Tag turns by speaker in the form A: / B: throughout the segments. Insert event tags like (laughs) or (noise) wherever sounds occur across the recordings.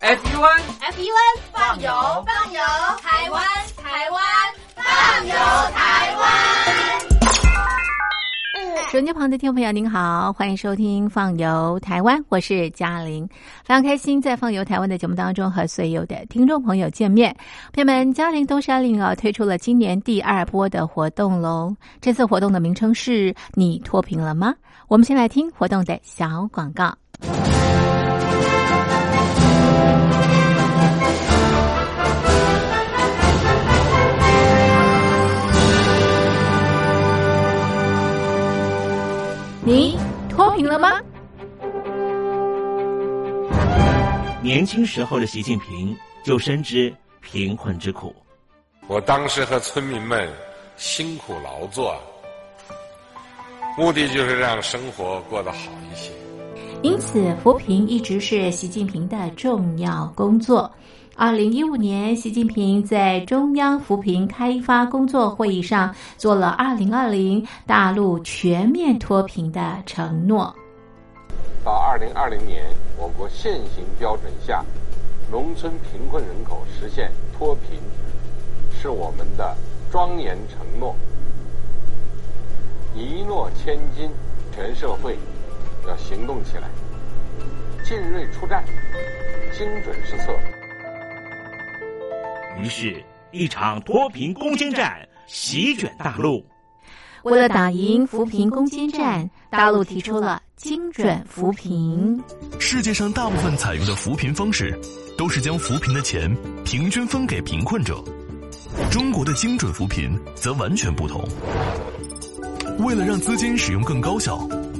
A: FUN
B: F U N
C: 放油
B: 放油，台湾台湾放油台湾。
D: 手机旁的听众朋友，您好，欢迎收听《放游台湾》，我是嘉玲，非常开心在《放游台湾》的节目当中和所有的听众朋友见面。朋友们，嘉玲东山令啊推出了今年第二波的活动喽，这次活动的名称是“你脱贫了吗”？我们先来听活动的小广告。你脱贫了吗？
E: 年轻时候的习近平就深知贫困之苦，
F: 我当时和村民们辛苦劳作，目的就是让生活过得好一些。
D: 因此，扶贫一直是习近平的重要工作。二零一五年，习近平在中央扶贫开发工作会议上做了二零二零大陆全面脱贫的承诺。
G: 到二零二零年，我国现行标准下，农村贫困人口实现脱贫，是我们的庄严承诺。一诺千金，全社会要行动起来，进锐出战，精准施策。
E: 于是，一场脱贫攻坚战席卷大陆。
D: 为了打赢扶贫攻坚战，大陆提出了精准扶贫。
H: 世界上大部分采用的扶贫方式，都是将扶贫的钱平均分给贫困者。中国的精准扶贫则完全不同。为了让资金使用更高效，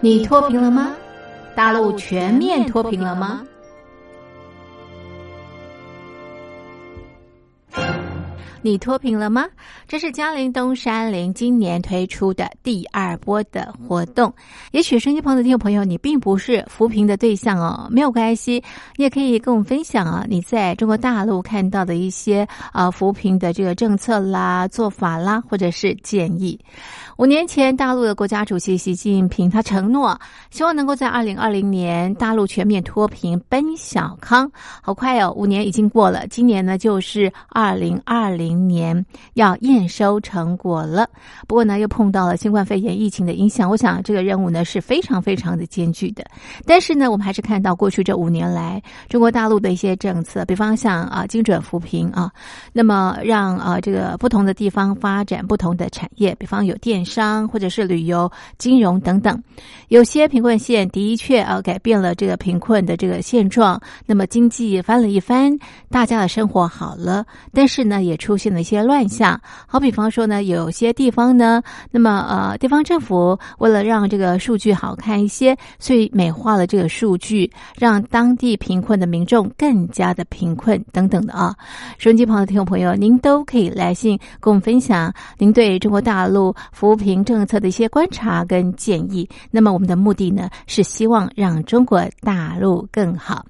D: 你脱贫了吗？大陆全面脱贫了吗？你脱贫了吗？这是嘉陵东山林今年推出的第二波的活动。也许收音机旁的听众朋友，你并不是扶贫的对象哦，没有关系，你也可以跟我们分享啊，你在中国大陆看到的一些啊扶贫的这个政策啦、做法啦，或者是建议。五年前，大陆的国家主席习近平他承诺，希望能够在二零二零年大陆全面脱贫，奔小康。好快哦，五年已经过了，今年呢就是二零二零年要验收成果了。不过呢，又碰到了新冠肺炎疫情的影响，我想这个任务呢是非常非常的艰巨的。但是呢，我们还是看到过去这五年来中国大陆的一些政策，比方像啊精准扶贫啊，那么让啊这个不同的地方发展不同的产业，比方有电商或者是旅游、金融等等。有些贫困县的确啊改变了这个贫困的这个现状，那么经济也翻了一番，大家的生活好了，但是呢也出现了一些乱象。好比方说呢，有些地方呢，那么呃地方政府为了让这个数据好看一些，所以美化了这个数据，让当地贫困的民众更加的贫困等等的啊。收音机旁的听众朋友，您都可以来信跟我们分享您对中国大陆扶贫政策的一些观察跟建议。那么我们的目的呢，是希望让中国大陆更好。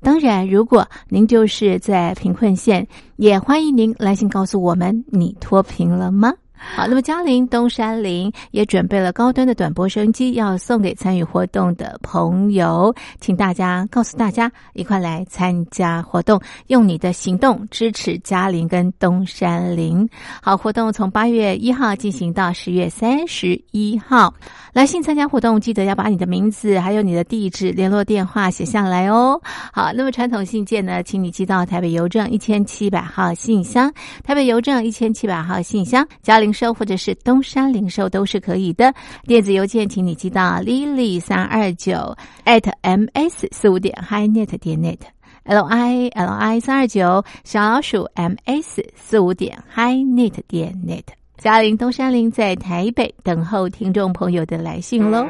D: 当然，如果您就是在贫困县，也欢迎您来信告诉我们，你脱贫了吗？好，那么嘉陵东山林也准备了高端的短波收音机，要送给参与活动的朋友，请大家告诉大家，一块来参加活动，用你的行动支持嘉陵跟东山林。好，活动从八月一号进行到十月三十一号，来信参加活动，记得要把你的名字还有你的地址、联络电话写下来哦。好，那么传统信件呢，请你寄到台北邮政一千七百号信箱，台北邮政一千七百号信箱，嘉陵收或者是东山零售都是可以的。电子邮件，请你寄到 lily 三二九 at m s 四五点 highnet 点 net。l i l i 三二九小老鼠 m s 四五点 highnet 点 net。嘉陵东山林在台北等候听众朋友的来信喽。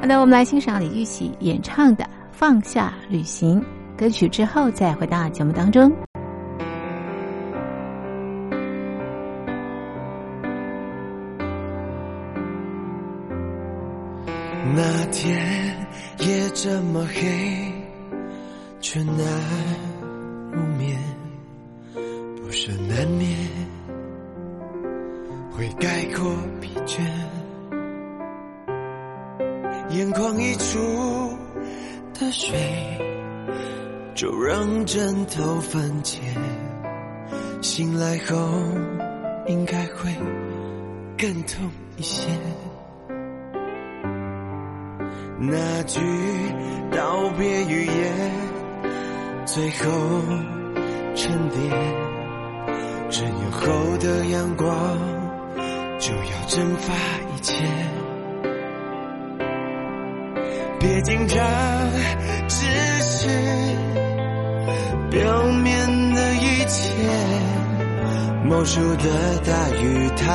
D: 好的，我们来欣赏李玉玺演唱的《放下旅行》歌曲之后，再回到节目当中。
A: 那天夜这么黑，却难入眠，不是难免会概括疲倦，眼眶溢出的水，就让枕头翻茄，醒来后应该会更痛一些。那句道别语言，最后沉淀。正有后的阳光就要蒸发一切，别紧张，只是表面的一切，某处的大雨它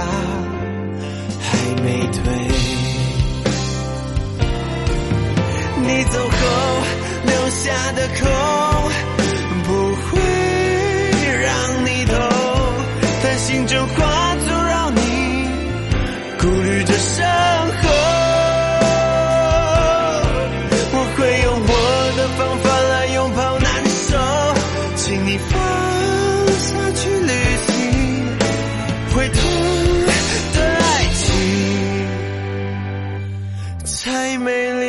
A: 还没退。你走后留下的空，不会让你懂。担心这化作让你顾虑着身后，我会用我的方法来拥抱难受，请你放下去旅行，会痛的爱情才美丽。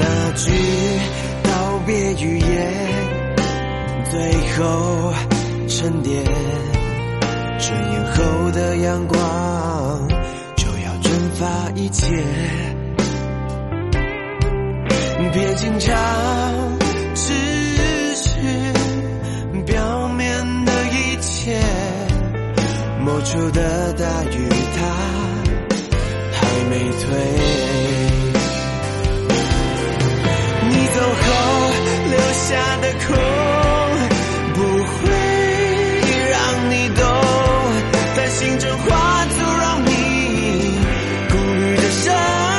A: 那句道别语言，背后沉淀，十年后的阳光就要蒸发一切。别紧张，只是表面的一切。某处的大雨，它还没退。你走后留下的空，不会让你懂，但心中化作让你顾虑的伤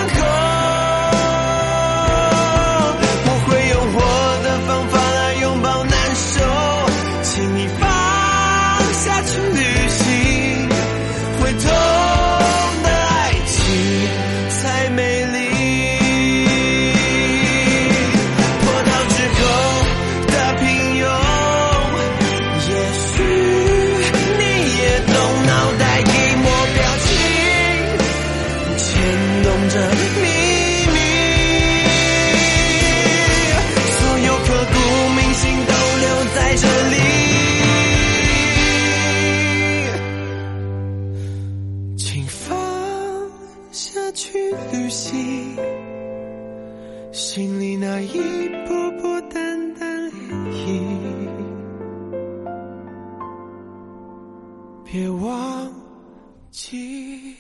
A: 口。我会用我的方法来拥抱难受，请你放下去旅行，会痛的爱情才美丽。波涛之后的平庸，也许你也懂，脑袋一抹表情，牵动着秘密。所有刻骨铭心都留在这里，请放下去旅行。心里那一波波淡淡涟漪，别忘记。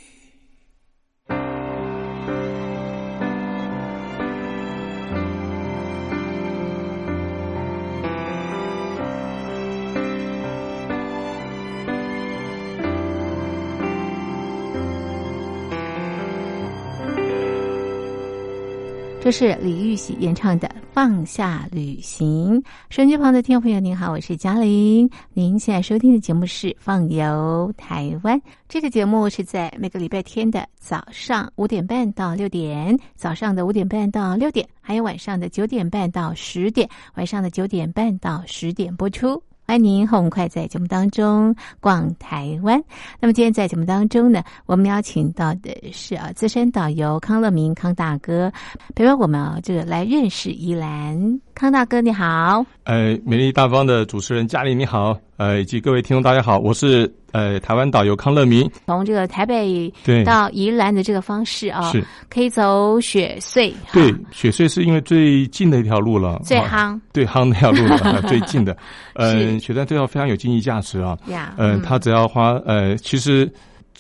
D: 这是李玉玺演唱的《放下旅行》。收音机旁的听众朋友，您好，我是嘉玲。您现在收听的节目是《放游台湾》，这个节目是在每个礼拜天的早上五点半到六点，早上的五点半到六点，还有晚上的九点半到十点，晚上的九点半到十点播出。欢迎您很快在节目当中逛台湾。那么今天在节目当中呢，我们邀请到的是啊资深导游康乐明康大哥，陪伴我们啊这个来认识宜兰。康大哥你好，
C: 呃，美丽大方的主持人嘉玲你好，呃，以及各位听众大家好，我是呃台湾导游康乐明，
D: 从这个台北
C: 对
D: 到宜兰的这个方式啊，
C: 是
D: 可以走雪隧，哈
C: 对，雪穗是因为最近的一条路了，
D: 最
C: 啊
D: 夯
C: 对夯那条路了，
D: (laughs)
C: 啊最近的，呃，
D: 是
C: 雪山这条非常有经济价值啊，
D: 呀，嗯
C: 呃，它只要花呃，其实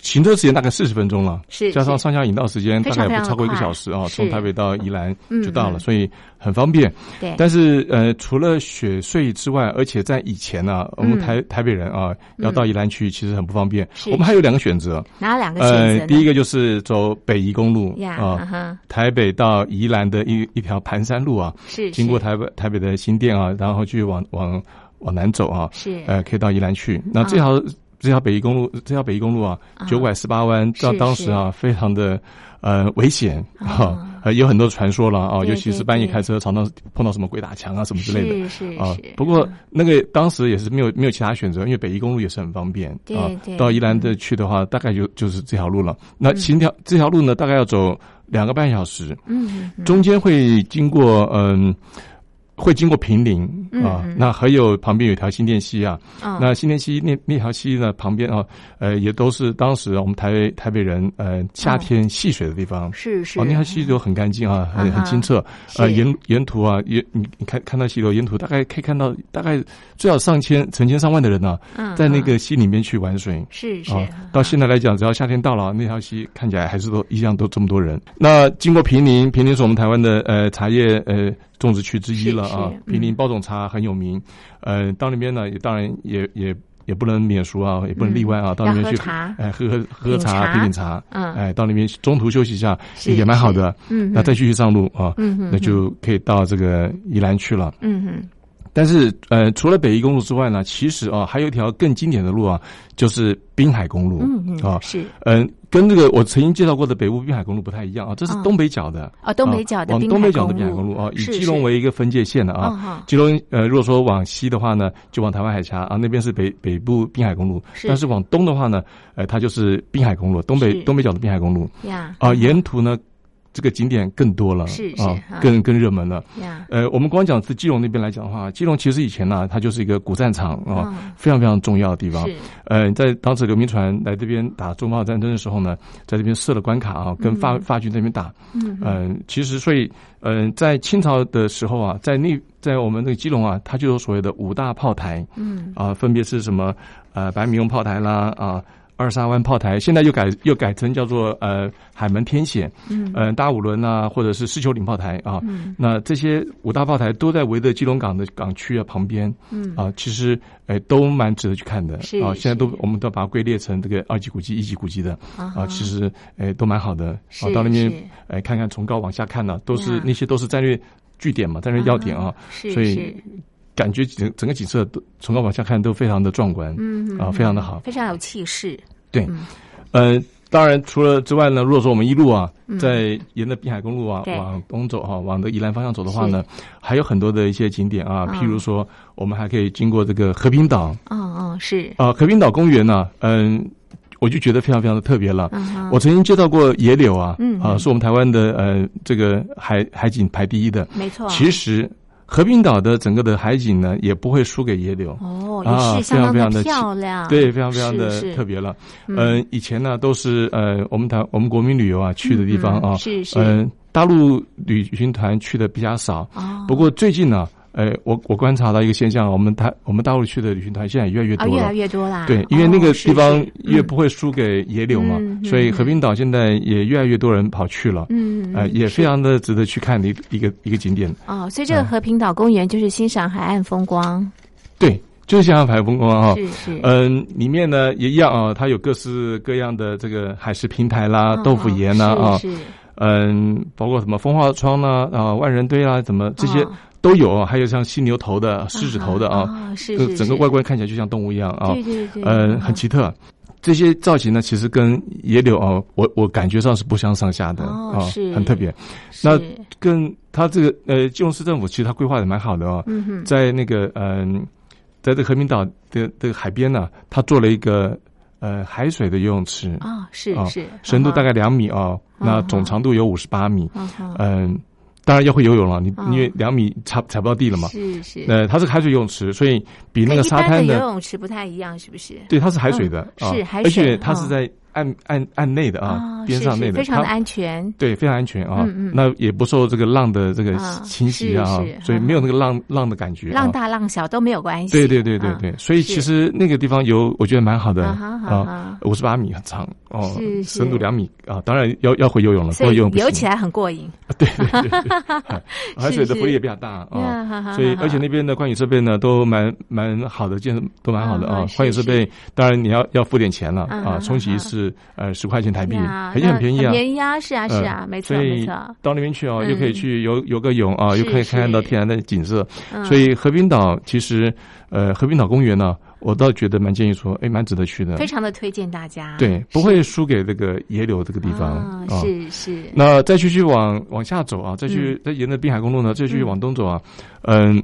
C: 行车时间大概四十分钟了，
D: 是
C: 加上
D: 是
C: 上下引道时间
D: 非
C: 大
D: 常
C: 概也
D: 非常
C: 不超过一
D: 地
C: 个
D: 快
C: 小时啊，
D: 是
C: 从台北到宜兰
D: 嗯
C: 就到了，
D: 嗯
C: 所以很方便。
D: 对，
C: 但是呃，除了雪隧之外，而且在以前呢、我们台台北人啊，要到宜兰去其实很不方便。
D: 嗯是
C: 我们还有两个选择，
D: 哪两个选择
C: 呃
D: 呢？，
C: 第一个就是走北宜公路
D: 呀，嗯
C: 啊，
D: 哼，
C: 台北到宜兰的一一条盘山路啊，
D: 是
C: 经过
D: 是
C: 台北台北的新店啊，然后去往往往南走啊，
D: 是
C: 呃，可以到宜兰去。那这条、这条北宜公路，这条北宜公路啊
D: 啊，
C: 九拐十八弯，
D: 是
C: 到当时啊，非常的呃危险
D: 哦
C: 啊，呃有很多传说了啊，
D: 对
C: 尤其
D: 对
C: 是半夜
D: 对
C: 开车，常常碰到什么鬼打墙啊什么之类的。
D: 是是
C: 啊
D: 是，，嗯
C: 不过那个当时也是没有没有其他选择，因为北宜公路也是很方便
D: 对
C: 啊
D: 对。
C: 到宜兰的去的话，大概就就是这条路了。那行条这条路呢，大概要走两个半小时，
D: 嗯，嗯
C: 中间会经过嗯。会经过平林啊，
D: 嗯嗯
C: 那还有旁边有一条新店溪啊，
D: 嗯
C: 那新店溪那那条溪呢旁边啊，呃，也都是当时啊我们台北台北人呃夏天戏水的地方，
D: 是是
C: 哦，那条溪流很干净啊，很
D: 啊哈
C: 很清澈。呃，
D: 是
C: 沿沿途啊，沿你你看看到溪流，沿途大概可以看到大概最少上千、成千上万的人呢、
D: 嗯
C: 在那
D: 嗯
C: 个溪里面去玩水。
D: 是是
C: 啊，到现在来讲，只要夏天到了，那条溪看起来还是都一样都这么多人。那经过平林，平林是我们台湾的呃茶叶呃种植区之一了啊
D: 是是。嗯
C: 平林包种茶很有名，呃，到那边呢，也当然也也也不能免俗啊，也不能例外啊，到那
D: 嗯
C: 边
D: 要
C: 去
D: 喝茶
C: 哎喝喝喝
D: 饮茶
C: 茶、品饮茶，
D: 嗯
C: 哎，到那边中途休息一下
D: 是
C: 也蛮好的。
D: 嗯，
C: 那
D: 嗯
C: 再继续上路啊，
D: 嗯哼
C: 那就可以到这个宜兰去了。
D: 嗯嗯
C: 但是呃，除了北宜公路之外呢，其实啊，还有一条更经典的路啊，就是滨海公路
D: 嗯嗯
C: 啊，
D: 是
C: 嗯、跟这个我曾经介绍过的北部滨海公路不太一样啊，这是
D: 哦
C: 东北角的
D: 哦东北角的
C: 啊往
D: 滨
C: 东
D: 海
C: 北角的
D: 公
C: 滨海
D: 路
C: 公路啊，以
D: 是
C: 基隆
D: 是
C: 为一个分界线的
D: 嗯哼
C: 啊。基隆呃，如果说往西的话呢，就往台湾海峡啊，那边是北北部滨海公路，
D: 是
C: 但是往东的话呢，呃，它就是滨海公路，东北
D: 是
C: 东北角的滨海公路。
D: 呀
C: 啊，沿途呢这个景点更多了，
D: 是是
C: 啊
D: 啊，
C: 更更热门了。
D: 呀，
C: 呃，我们光讲是基隆那边来讲的话，基隆其实以前呢、它就是一个古战场啊，
D: 嗯
C: 非常非常重要的地方。
D: 是
C: 呃，在当时刘铭传来这边打中法战争的时候呢，在这边设了关卡啊，跟法、法军这边打。
D: 嗯
C: 嗯、其实所以，嗯、在清朝的时候啊，在那在我们那个基隆啊，它就有所谓的五大炮台
D: 嗯
C: 啊、分别是什么？呃，白明用炮台啦啊。二沙湾炮台现在又改又改成叫做呃海门天险，
D: 嗯
C: 呃大五轮啊，或者是狮球岭炮台啊，
D: 嗯
C: 那这些五大炮台都在围着基隆港的港区啊旁边
D: 嗯
C: 啊，其实诶、呃都蛮值得去看的
D: 是
C: 啊。现在都
D: 是
C: 我们都把它归列成这个二级古迹、一级古迹的
D: 啊
C: 啊，其实诶、呃都蛮好的啊
D: 是。
C: 到那边
D: 是
C: 诶、呃看看从高往下看呢、都是
D: 呀
C: 那些都是战略据点嘛，战略要点啊，
D: 是
C: 所以
D: 是
C: 感觉整整个景色都从高往下看都非常的壮观，
D: 嗯
C: 啊，非常的好。
D: 非常有气势，
C: 对，
D: 嗯
C: 呃，当然除了之外呢，如果说我们一路啊，在沿着滨海公路啊
D: 嗯对
C: 往东走哈、往的宜兰方向走的话呢，还有很多的一些景点啊，譬如说我们还可以经过这个和平岛
D: 嗯嗯是，
C: 啊、和平岛公园呢、嗯、我就觉得非常非常的特别了。
D: 嗯哼
C: 我曾经接到过野柳啊，
D: 嗯
C: 啊，是我们台湾的呃这个海海景排第一的。
D: 没错，
C: 其实和平岛的整个的海景呢，也不会输给野柳。
D: 哦
C: 啊
D: 也是相
C: 非常
D: 当
C: 非常
D: 的
C: 地
D: 漂亮，
C: 对，非常非常的
D: 是是
C: 特别了。嗯，以前呢都是呃，我们台我们国民旅游啊去的地方
D: 嗯
C: 啊，
D: 是是
C: 嗯，大陆旅行团去的比较少。
D: 哦
C: 不过最近呢，呃，我我观察到一个现象，我们台我们大陆去的旅行团现在也越来越
D: 啊
C: 多
D: 越来
C: 了。
D: 越多啦，
C: 对，因为那
D: 哦
C: 个
D: 是
C: 地方
D: 是
C: 越
D: 嗯
C: 不会输给野柳嘛
D: 嗯嗯，
C: 所以和平岛现在也越来越多人跑去了。
D: 嗯嗯
C: 呃，
D: 嗯
C: 也非常的值得去看的一个一个一个景点。
D: 哦，所以这
C: 嗯
D: 个和平岛公园就是欣赏海岸风光，
C: 对，就是像排风光啊。
D: 是是，
C: 嗯，里面呢也一样啊，它有各式各样的这个海石平台啦、
D: 嗯
C: 豆腐岩呐啊，
D: 是是
C: 嗯，包括什么风化窗啦、啊、万人堆啊，怎么这些
D: 哦
C: 都有啊，还有像犀牛头的、狮子头的啊，
D: 哦是
C: 呃
D: 是
C: 整个
D: 是
C: 外观看起来就像动物一样啊
D: 对，对对，
C: 嗯，很奇特。这些造型呢，其实跟野柳啊，我我感觉上是不相上下的
D: 哦
C: 啊
D: 是，
C: 很特别。
D: 是
C: 那跟它这个呃，基隆市政府其实它规划的蛮好的哦，
D: 嗯哼
C: 在那个嗯、在这个和平岛的的海边呢、它做了一个呃海水的游泳池，
D: 啊是
C: 啊
D: 是，
C: 深度大
D: 概
C: 概两米啊，那
D: 嗯
C: 总长度有五十八米，
D: 嗯哼
C: 嗯、当然要会游泳了，你
D: 嗯
C: 因为两米踩踩不到地了嘛，
D: 是是，
C: 呃，它是海水游泳池，所以比那
D: 跟
C: 个
D: 一
C: 沙
D: 般
C: 滩
D: 的
C: 的
D: 游泳池不太一样，是不是？
C: 对，它是海水的，
D: 嗯
C: 啊
D: 是海
C: 而
D: 水
C: 且它是
D: 嗯
C: 在岸岸岸内的啊，
D: 哦
C: 边
D: 是
C: 上
D: 是
C: 内的，
D: 非常的
C: 它
D: 安全。
C: 对，非常安全啊，
D: 嗯嗯
C: 那也不受这个浪的这个
D: 啊
C: 侵袭啊，
D: 是是
C: 所以没有那个浪浪的感觉、啊，
D: 浪大浪小都没有关系。
C: 对对对对
D: 啊
C: 对，所以其
D: 是
C: 实那个地方有，我觉得蛮好的
D: 啊哈啊哈
C: 啊，五十八米很长哦
D: 是，是
C: 深度两米啊，当然要要会游泳了，不
D: 所
C: 会
D: 以
C: 游泳不
D: 游起
C: 行。
D: 来很过瘾。
C: 对对对对，哎海水的浮力
D: 是
C: 也比较大
D: 呀哈
C: 啊
D: 哈，
C: 所以
D: 哈哈
C: 而且那边的观景设备呢都蛮蛮好的，建设都蛮好的
D: 啊
C: 啊
D: 啊。是
C: 观景设备当然你要要付点钱了
D: 啊哈
C: 啊，
D: 哈
C: 充值是呃十块钱台币，
D: 呀
C: 而且
D: 那
C: 很便宜啊。
D: 便宜啊，是啊是啊，
C: 嗯
D: 没错
C: 所
D: 没
C: 以
D: 错。
C: 到那边去哦，
D: 嗯
C: 又可以去游游个泳啊，
D: 是
C: 又可以看到
D: 是
C: 天然的景色。
D: 嗯
C: 所以和平岛其实，呃，和平岛公园呢，我倒觉得蛮建议说，哎，蛮值得去的
D: 非。常的推荐大家。
C: 对，不会输给这个野柳这个地方
D: 啊，
C: 啊。
D: 是是。
C: 那再继续往往下走啊，再
D: 嗯
C: 去再沿着滨海公路呢，再继续往东走啊，嗯。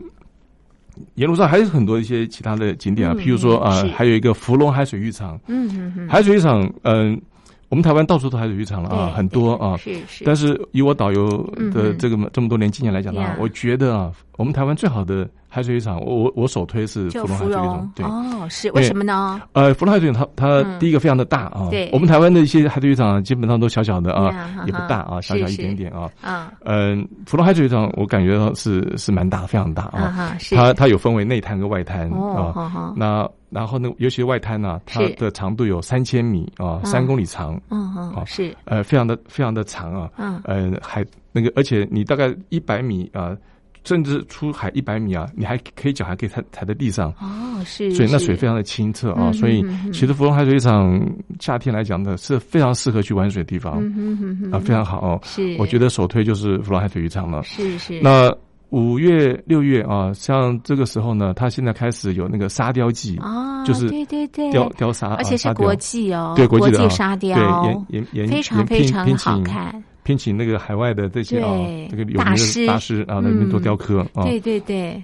C: 沿路上还有很多一些其他的景点啊，
D: 嗯
C: 譬如说啊
D: 是，
C: 还有一个芙蓉海水浴场。
D: 嗯嗯嗯，
C: 海水浴场，嗯，我们台湾到处都海水浴场了啊，
D: 对
C: 很多啊。
D: 是是。
C: 但是以我导游的
D: 嗯
C: 这个这么多年经验来讲的话
D: Yeah，
C: 我觉得啊，我们台湾最好的海水浴场，我我我首推是
D: 就
C: 芙蓉海水浴场
D: 蓉。
C: 对，
D: 哦，是
C: 对
D: 为什么呢？
C: 呃，芙蓉海水浴场它
D: 嗯
C: 它第一个非常的大啊，
D: 对
C: 我们台湾的一些海水浴场啊基本上都小小的啊
D: Yeah，
C: 也不大
D: 哈哈
C: 啊，小小
D: 是
C: 一
D: 是
C: 点点啊。
D: 啊
C: 嗯，芙蓉海水浴场我感觉到是是蛮大，非常大
D: 啊
C: 啊。
D: 哈，是
C: 它它有分为内滩跟外滩
D: 哦好
C: 啊
D: 好，
C: 那然后呢，尤其是外滩呢，它
D: 是
C: 的长度有三千米啊，三公里长
D: 嗯嗯
C: 啊
D: 是
C: 呃，非常的非常的长啊，
D: 嗯
C: 呃，还那个，而且你大概一百米啊、甚至出海一百米啊，你还可以脚还可以踩踩在地上，
D: 哦是，
C: 所以那
D: 是
C: 水非常的清澈啊，
D: 嗯
C: 所以
D: 嗯嗯
C: 其实芙蓉海水浴场夏天来讲呢，是非常适合去玩水的地方、
D: 嗯哼哼哼
C: 啊，非常好哦。
D: 是，
C: 我觉得首推就是芙蓉海水浴场了。
D: 是是
C: 那五月、六月啊，像这个时候呢，它现在开始有那个沙雕季，
D: 啊，
C: 就是
D: 对对对，
C: 雕雕沙，
D: 而且是
C: 啊沙雕
D: 国际哦，
C: 对
D: 国
C: 国际的啊
D: 沙雕，
C: 对沿沿沿
D: 非常
C: 沿
D: 非
C: 聘
D: 常
C: 聘
D: 好
C: 请
D: 看，
C: 聘请那个海外的这些啊
D: 对，
C: 这个有
D: 大
C: 名
D: 师嗯
C: 的大师啊，在那边做雕刻啊。
D: 对对对，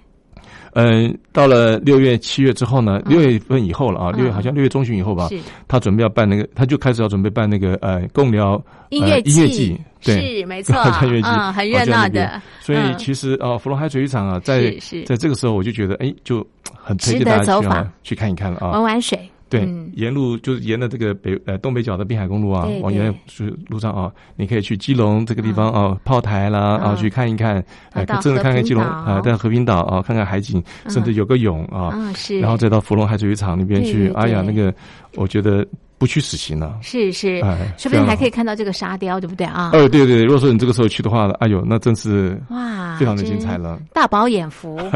C: 嗯，到了六月、七月之后呢，
I: 嗯
C: 六月份以后了啊，六月好像六月中旬以后吧，
I: 是
C: 他准备要办那个，他就开始要准备办那个呃共聊呃
D: 音乐
C: 音
D: 季
C: 乐季，对，
D: 是
C: (laughs)
D: 没错
C: 音乐，季
D: 嗯，很热
C: 好像
D: 闹
C: 那边
D: 的，
C: 所以
D: 嗯
C: 其实啊，呃芙蓉海水浴场啊，在
D: 是是
C: 在这个时候我就觉得，哎，就很
D: 值
C: 推荐
D: 得
C: 大家
D: 走
C: 去
D: 访
C: 啊，去看一看了啊
D: 玩。玩水，
C: 对
D: 嗯，
C: 沿路就是沿着这个北呃东北角的滨海公路啊
I: 对，
C: 往
I: 对
C: 沿是路上啊，你可以去基隆这个地方啊，炮台啦
I: 嗯
C: 啊，去看一看，哎
I: 到，
C: 真的看
I: 和
C: 看
I: 平
C: 基隆
I: 岛
C: 啊，到和平岛啊，看看海景，甚至游个泳啊，
D: 嗯是，
C: 然后再到芙蓉海水浴场那边
D: 对
C: 去
D: 对。
C: 哎呀，
D: 对
C: 那个我觉得不去死心了。
D: 是是
C: 啊哎，
D: 说不定
C: 非常
D: 还可以
C: 好
D: 看到这个沙雕，对不对啊？
C: 哦，对对对，如果说你这个时候去的话，哎呦，那真
D: 嗯
C: 是
D: 哇，
C: 非常的
D: 啊真
C: 精彩了。
D: 大饱眼福。
C: (laughs)
D: (laughs)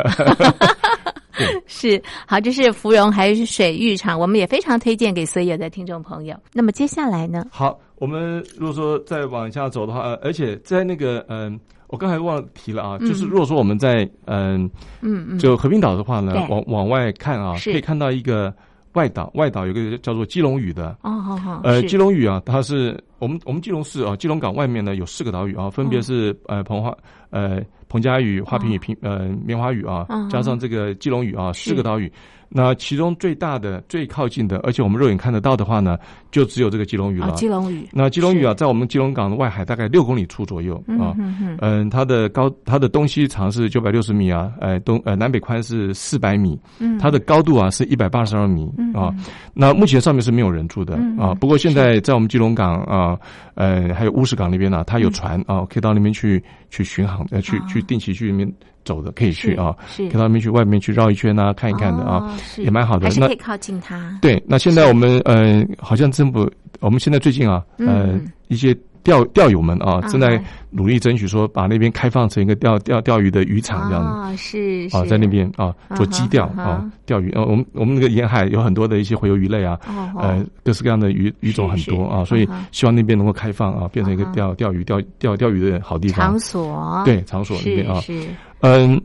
C: 对
D: 是好，这是芙蓉海水浴场，我们也非常推荐给所有的听众朋友。那么接下来呢？
C: 好，我们如果说再往下走的话，呃而且在那个嗯、我刚才忘了提了啊，
D: 嗯
C: 就是如果说我们在嗯、
D: 嗯嗯，
C: 就和平岛的话呢
D: 对，
C: 往往外看啊，
D: 是
C: 可以看到一个外岛，外岛有个叫做基隆屿的。
D: 哦，好好，
C: 呃，
D: 是
C: 基隆屿啊，它是我们我们基隆市啊，基隆港外面呢有四个岛屿啊，分
D: 嗯
C: 别是、呃彭花呃彭佳屿、花瓶屿、平呃棉花屿啊，
D: 嗯
C: 加上这个基隆屿啊，
D: 啊是
C: 四个岛屿。那其中最大的、最靠近的，而且我们肉眼看得到的话呢，就只有这个基隆屿
D: 哦，
C: 了。
D: 基隆屿，
C: 那基隆屿啊，在我们基隆港的外海大概六公里处左右
D: 嗯
C: 啊。
D: 嗯嗯，
C: 嗯，它的高，它的东西长是九百六十米啊，呃，东呃南北宽是四百米，
D: 嗯
C: 它的高度啊是一百八十二米
D: 嗯
C: 啊。那目前上面是没有人住的
D: 嗯
C: 啊，不过现在在我们基隆港啊，呃，还有乌石港那边
D: 嗯
C: 呢，它有船啊，可以到那边去去巡航，呃，去
D: 啊
C: 去定期去那边走的，可以去啊，
D: 是
C: 可以到那边去外面去绕一圈啊，看一看的啊。，
D: 哦是
C: 也蛮好的
D: 还是
C: 那
D: 可以靠近它。
C: 对，那现在我们呃，好像政府，我们现在最近啊，呃
D: 嗯，
C: 一些钓钓友们啊，
D: 啊
C: 正在努力争取说把那边开放成一个钓钓钓鱼的渔场这样子。
D: 哦，是
C: 啊，
D: 是
C: 在那边啊，做
D: 啊
C: 基
D: 哈
C: 钓
D: 啊哈
C: 啊，钓鱼。呃，我们我们那个沿海有很多的一些洄游鱼类啊，
D: 哦，
C: 呃，各式各样的鱼鱼种很多啊，
D: 是
C: 所以
D: 啊哈
C: 希望那边能够开放啊，变成一个
D: 啊哈
C: 钓钓鱼、钓钓钓鱼的好地方
D: 场。所，
C: 对，场所那
D: 是
C: 边啊，
D: 是，
C: 嗯，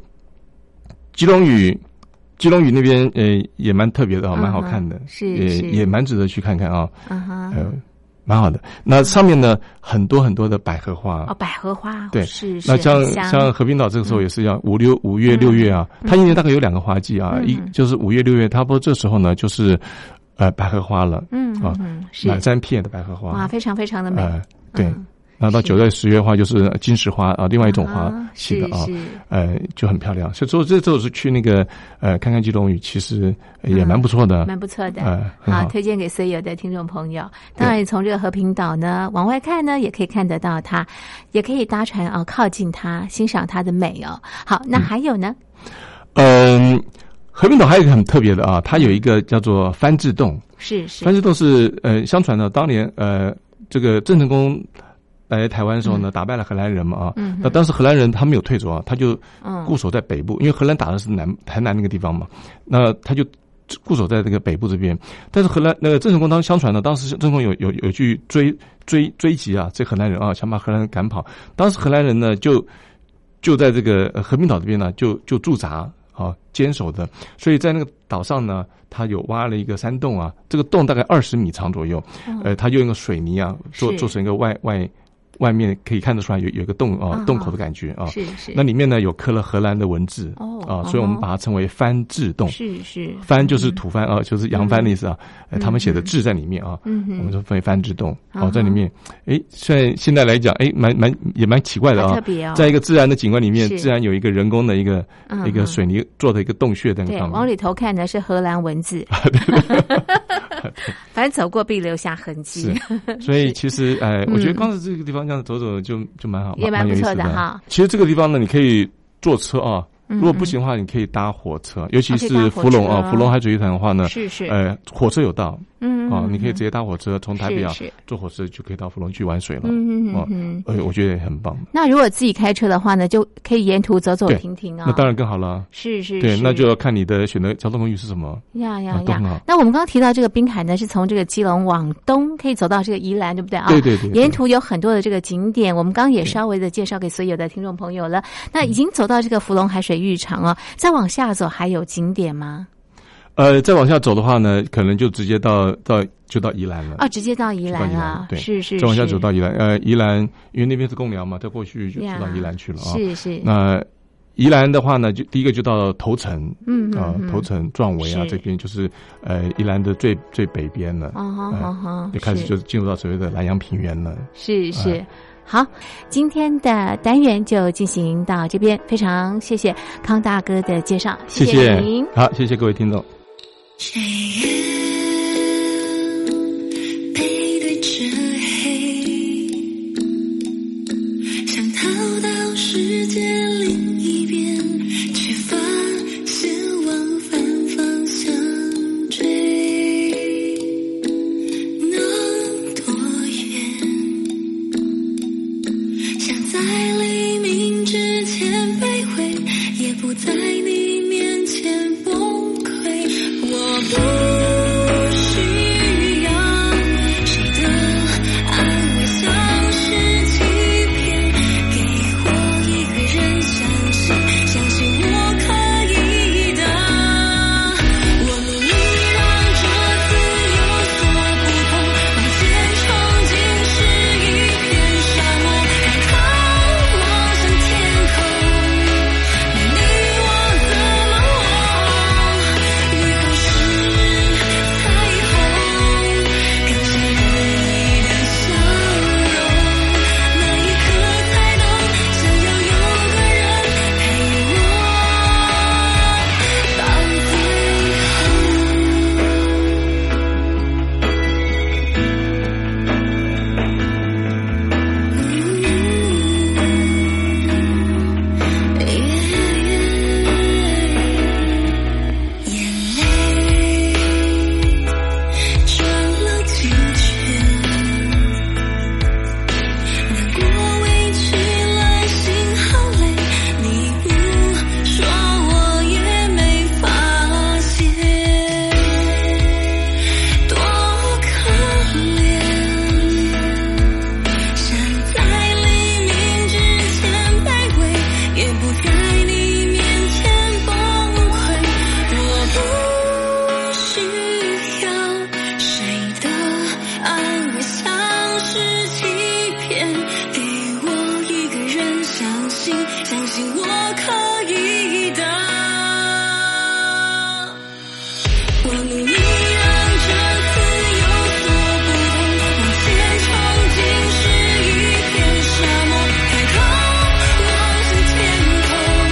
C: 基隆屿，基隆屿那边呃也蛮特别的啊，蛮好看的
D: 嗯哼，是
C: 也
D: 是
C: 也蛮值得去看看啊，
D: 嗯哼，
C: 呃，蛮好的。那上面呢，很多很多的百合花
D: 哦，。百合花，
C: 对
D: 是是，
C: 那像
D: 很香嗯
C: 像和平岛这个时候也是一样，五六五月六月啊，它一年大概有两个花季啊，
D: 嗯
C: 一就是五月六月，差不多这时候呢就是，呃，百合花了，
D: 嗯
C: 啊
D: 嗯嗯是
C: 满山遍野的百合
D: 哇，
C: 花，
D: 非常非常的美，
C: 呃，对
D: 嗯。
C: 那到
D: 是
C: 九月十月的话就是金石花啊，另外一种花
D: 啊
C: 系
D: 是
C: 的啊，
D: 是
C: 呃，就很漂亮。所以说这周是去那个呃看看基隆屿，其实呃也蛮不错的。
D: 嗯蛮不错的，
C: 呃很好
D: 推荐给所有的听众朋友。当然，从这个和平岛呢往外看呢，也可以看得到它，也可以搭船哦，靠近它，欣赏它的美哦。好，那还有呢？
C: 嗯、和平岛还有一个很特别的啊，它有一个叫做番字洞。
D: 是是
C: 番字洞是呃，相传呢，当年呃，这个郑成功来台湾的时候呢，打败了荷兰人嘛啊。
D: 嗯嗯哼
C: 那当时荷兰人他没有退走啊，他就
D: 嗯
C: 固守在北部，因为荷兰打的是南台南那个地方嘛，那他就。固守在这个北部这边，但是荷兰那个郑成功当相传呢，当时郑成功有有有去追追追击啊，这荷兰人啊，想把荷兰人赶跑。当时荷兰人呢，就就在这个呃和平岛这边呢，就就驻扎啊，坚守的。所以在那个岛上呢，他有挖了一个山洞啊，这个洞大概二十米长左右，呃，他用一个水泥啊
D: 嗯
C: 做
D: 是
C: 做成一个外外外面可以看得出来有有一个洞啊
D: 啊
C: 洞口的感觉啊。
D: 是是，
C: 那里面呢有刻了荷兰的文字
D: 哦
C: 啊，所以我
D: 哦
C: 们把它称为番字洞。
D: 是是嗯
C: 番就是土番啊，就是扬帆的意思啊。呃他们写的字在里面啊，
D: 嗯哼
C: 我们说分为番之洞
D: 啊哈
C: 哦，在里面，哎，在现在来讲，哎，蛮蛮也蛮奇怪的
D: 好
C: 啊
D: 特别哦，
C: 在一个自然的景观里面，
D: 是
C: 自然有一个人工的一个
D: 嗯
C: 一
D: 嗯
C: 个水泥做的一个洞穴啊在那个
D: 对，
C: 上啊
D: 往
C: 面。
D: 里头看呢是荷兰文
C: (laughs)
D: 字， (laughs) 反正走过必留下痕迹
C: 是。所以其实，哎，我觉得
D: 嗯
C: 光是这个地方这样走走就就蛮好，
D: 也蛮
C: 有
D: 不
C: 意
D: 错
C: 思
D: 的
C: 的
D: 哈。
C: 其实这个地方呢，你可以坐车啊，
D: 嗯
C: 如果不行的话，你可以搭火车，尤其
D: 啊可以搭
C: 是
D: 火
C: 芙蓉啊，
D: 车
C: 芙蓉海水浴场的话呢，
D: (laughs) 是是，
C: 呃，火车有到
D: 嗯
C: 啊，你可以直接搭火车从台北啊
D: 是是
C: 坐火车就可以到芙蓉去玩水了。
D: 嗯嗯嗯
C: 哦
D: 嗯。
C: 哎，我觉得也很棒。
D: 那如果自己开车的话呢，就可以沿途走走
C: 对
D: 停停啊。
C: 那当然更好了。
D: 是是
C: 对，
D: 是
C: 那就要看你的选择交通工具是什么。
D: 呀呀
C: 啊都很
D: 呀
C: 好！
D: 那我们刚刚提到这个滨海呢，是从这个基隆往东可以走到这个宜兰，对不对啊？
C: 对对对对
D: 沿途有很多的这个景点，我们刚刚也稍微的介绍给所有的听众朋友了。
C: 嗯
D: 那已经走到这个芙蓉海水浴场哦，再往下走还有景点吗？
C: 呃，再往下走的话呢，可能就直接到到就到宜兰了。
D: 哦，直接到宜
C: 就
D: 兰
C: 嗯到宜
D: 了
C: 兰，，对，
D: 是是是，
C: 再往下走到宜兰，呃，宜兰，因为那边是公寮嘛，再过去就
D: 呀
C: 到宜兰去了啊。
D: 是是，
C: 那宜兰的话呢，就第一个就到头城，
J: 嗯
C: 啊、
J: 嗯嗯
C: 头城、壮围啊
J: 是
C: 这边就是呃宜兰的最最北边了，
D: 啊
J: 哦好
C: 哎
J: 好好
C: 就开始
J: 是
C: 就哎进入到所谓的南洋平原了。
J: 是是。好，今天的单元就进行到这边，非常谢谢康大哥的介绍，
C: 谢
J: 谢您。
C: 好，谢谢各位听众。
K: 谁人背对着黑，想逃到世界另一边，却发现往反方向追，能多远？想在黎明之前被毁，也不在你面前崩溃。我不需要谁的安慰，像是欺骗，给我一个人相信，相信我可以的。我努力让这次有所不同，遇见憧憬是一片沙漠，海涛望向天空。没你我怎么活？雨后是彩虹，感谢你的笑容，那一刻才懂，想要有个人陪我到最后。眼泪转了几圈，难过委屈来心好累，你不说我也没发现，多可怜。想在黎明之前卑微，也不在你面前崩溃。我不需要谁的安慰，像是欺骗，给我一个人相信，相信我可以的。我努力让这次有所不同，遇见憧憬是一片沙漠，抬头望向天空，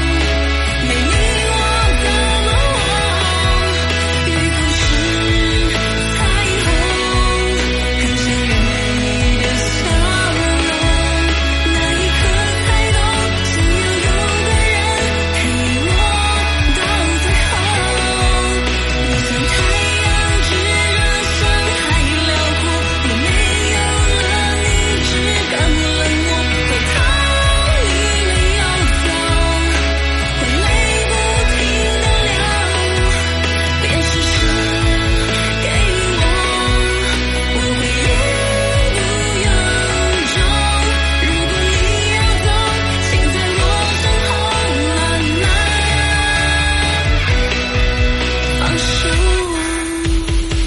K: 没你我怎么活？雨后是彩虹，看见你的笑容，那一刻才懂，想要有个人陪我到最后。我像太阳炙热，伤害辽阔。我没有了你，只敢冷漠。回头你没有走，眼泪不停的流。别只是给我，我会言不由衷。如果你要走，请在我身后慢慢。放手啊！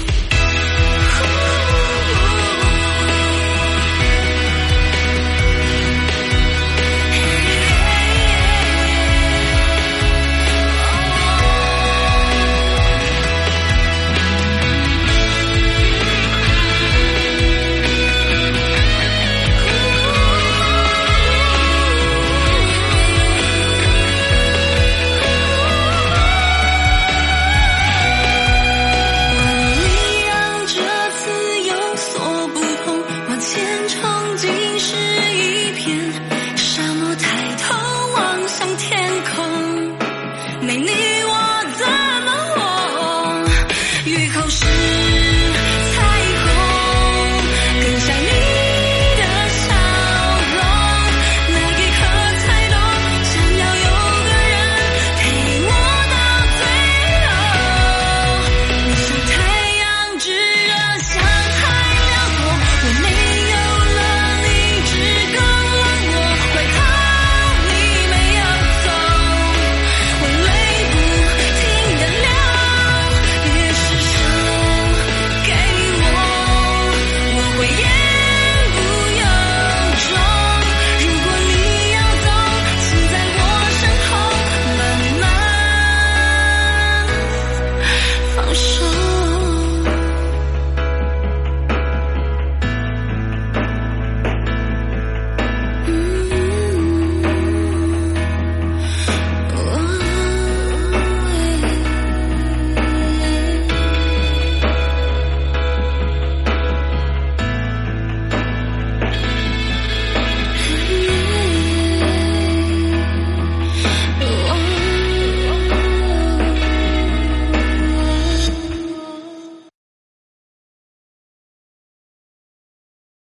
K: 努力让这次有所不同，往前闯进是一片沙漠，抬头望向天空，没你我怎么活？雨后嗯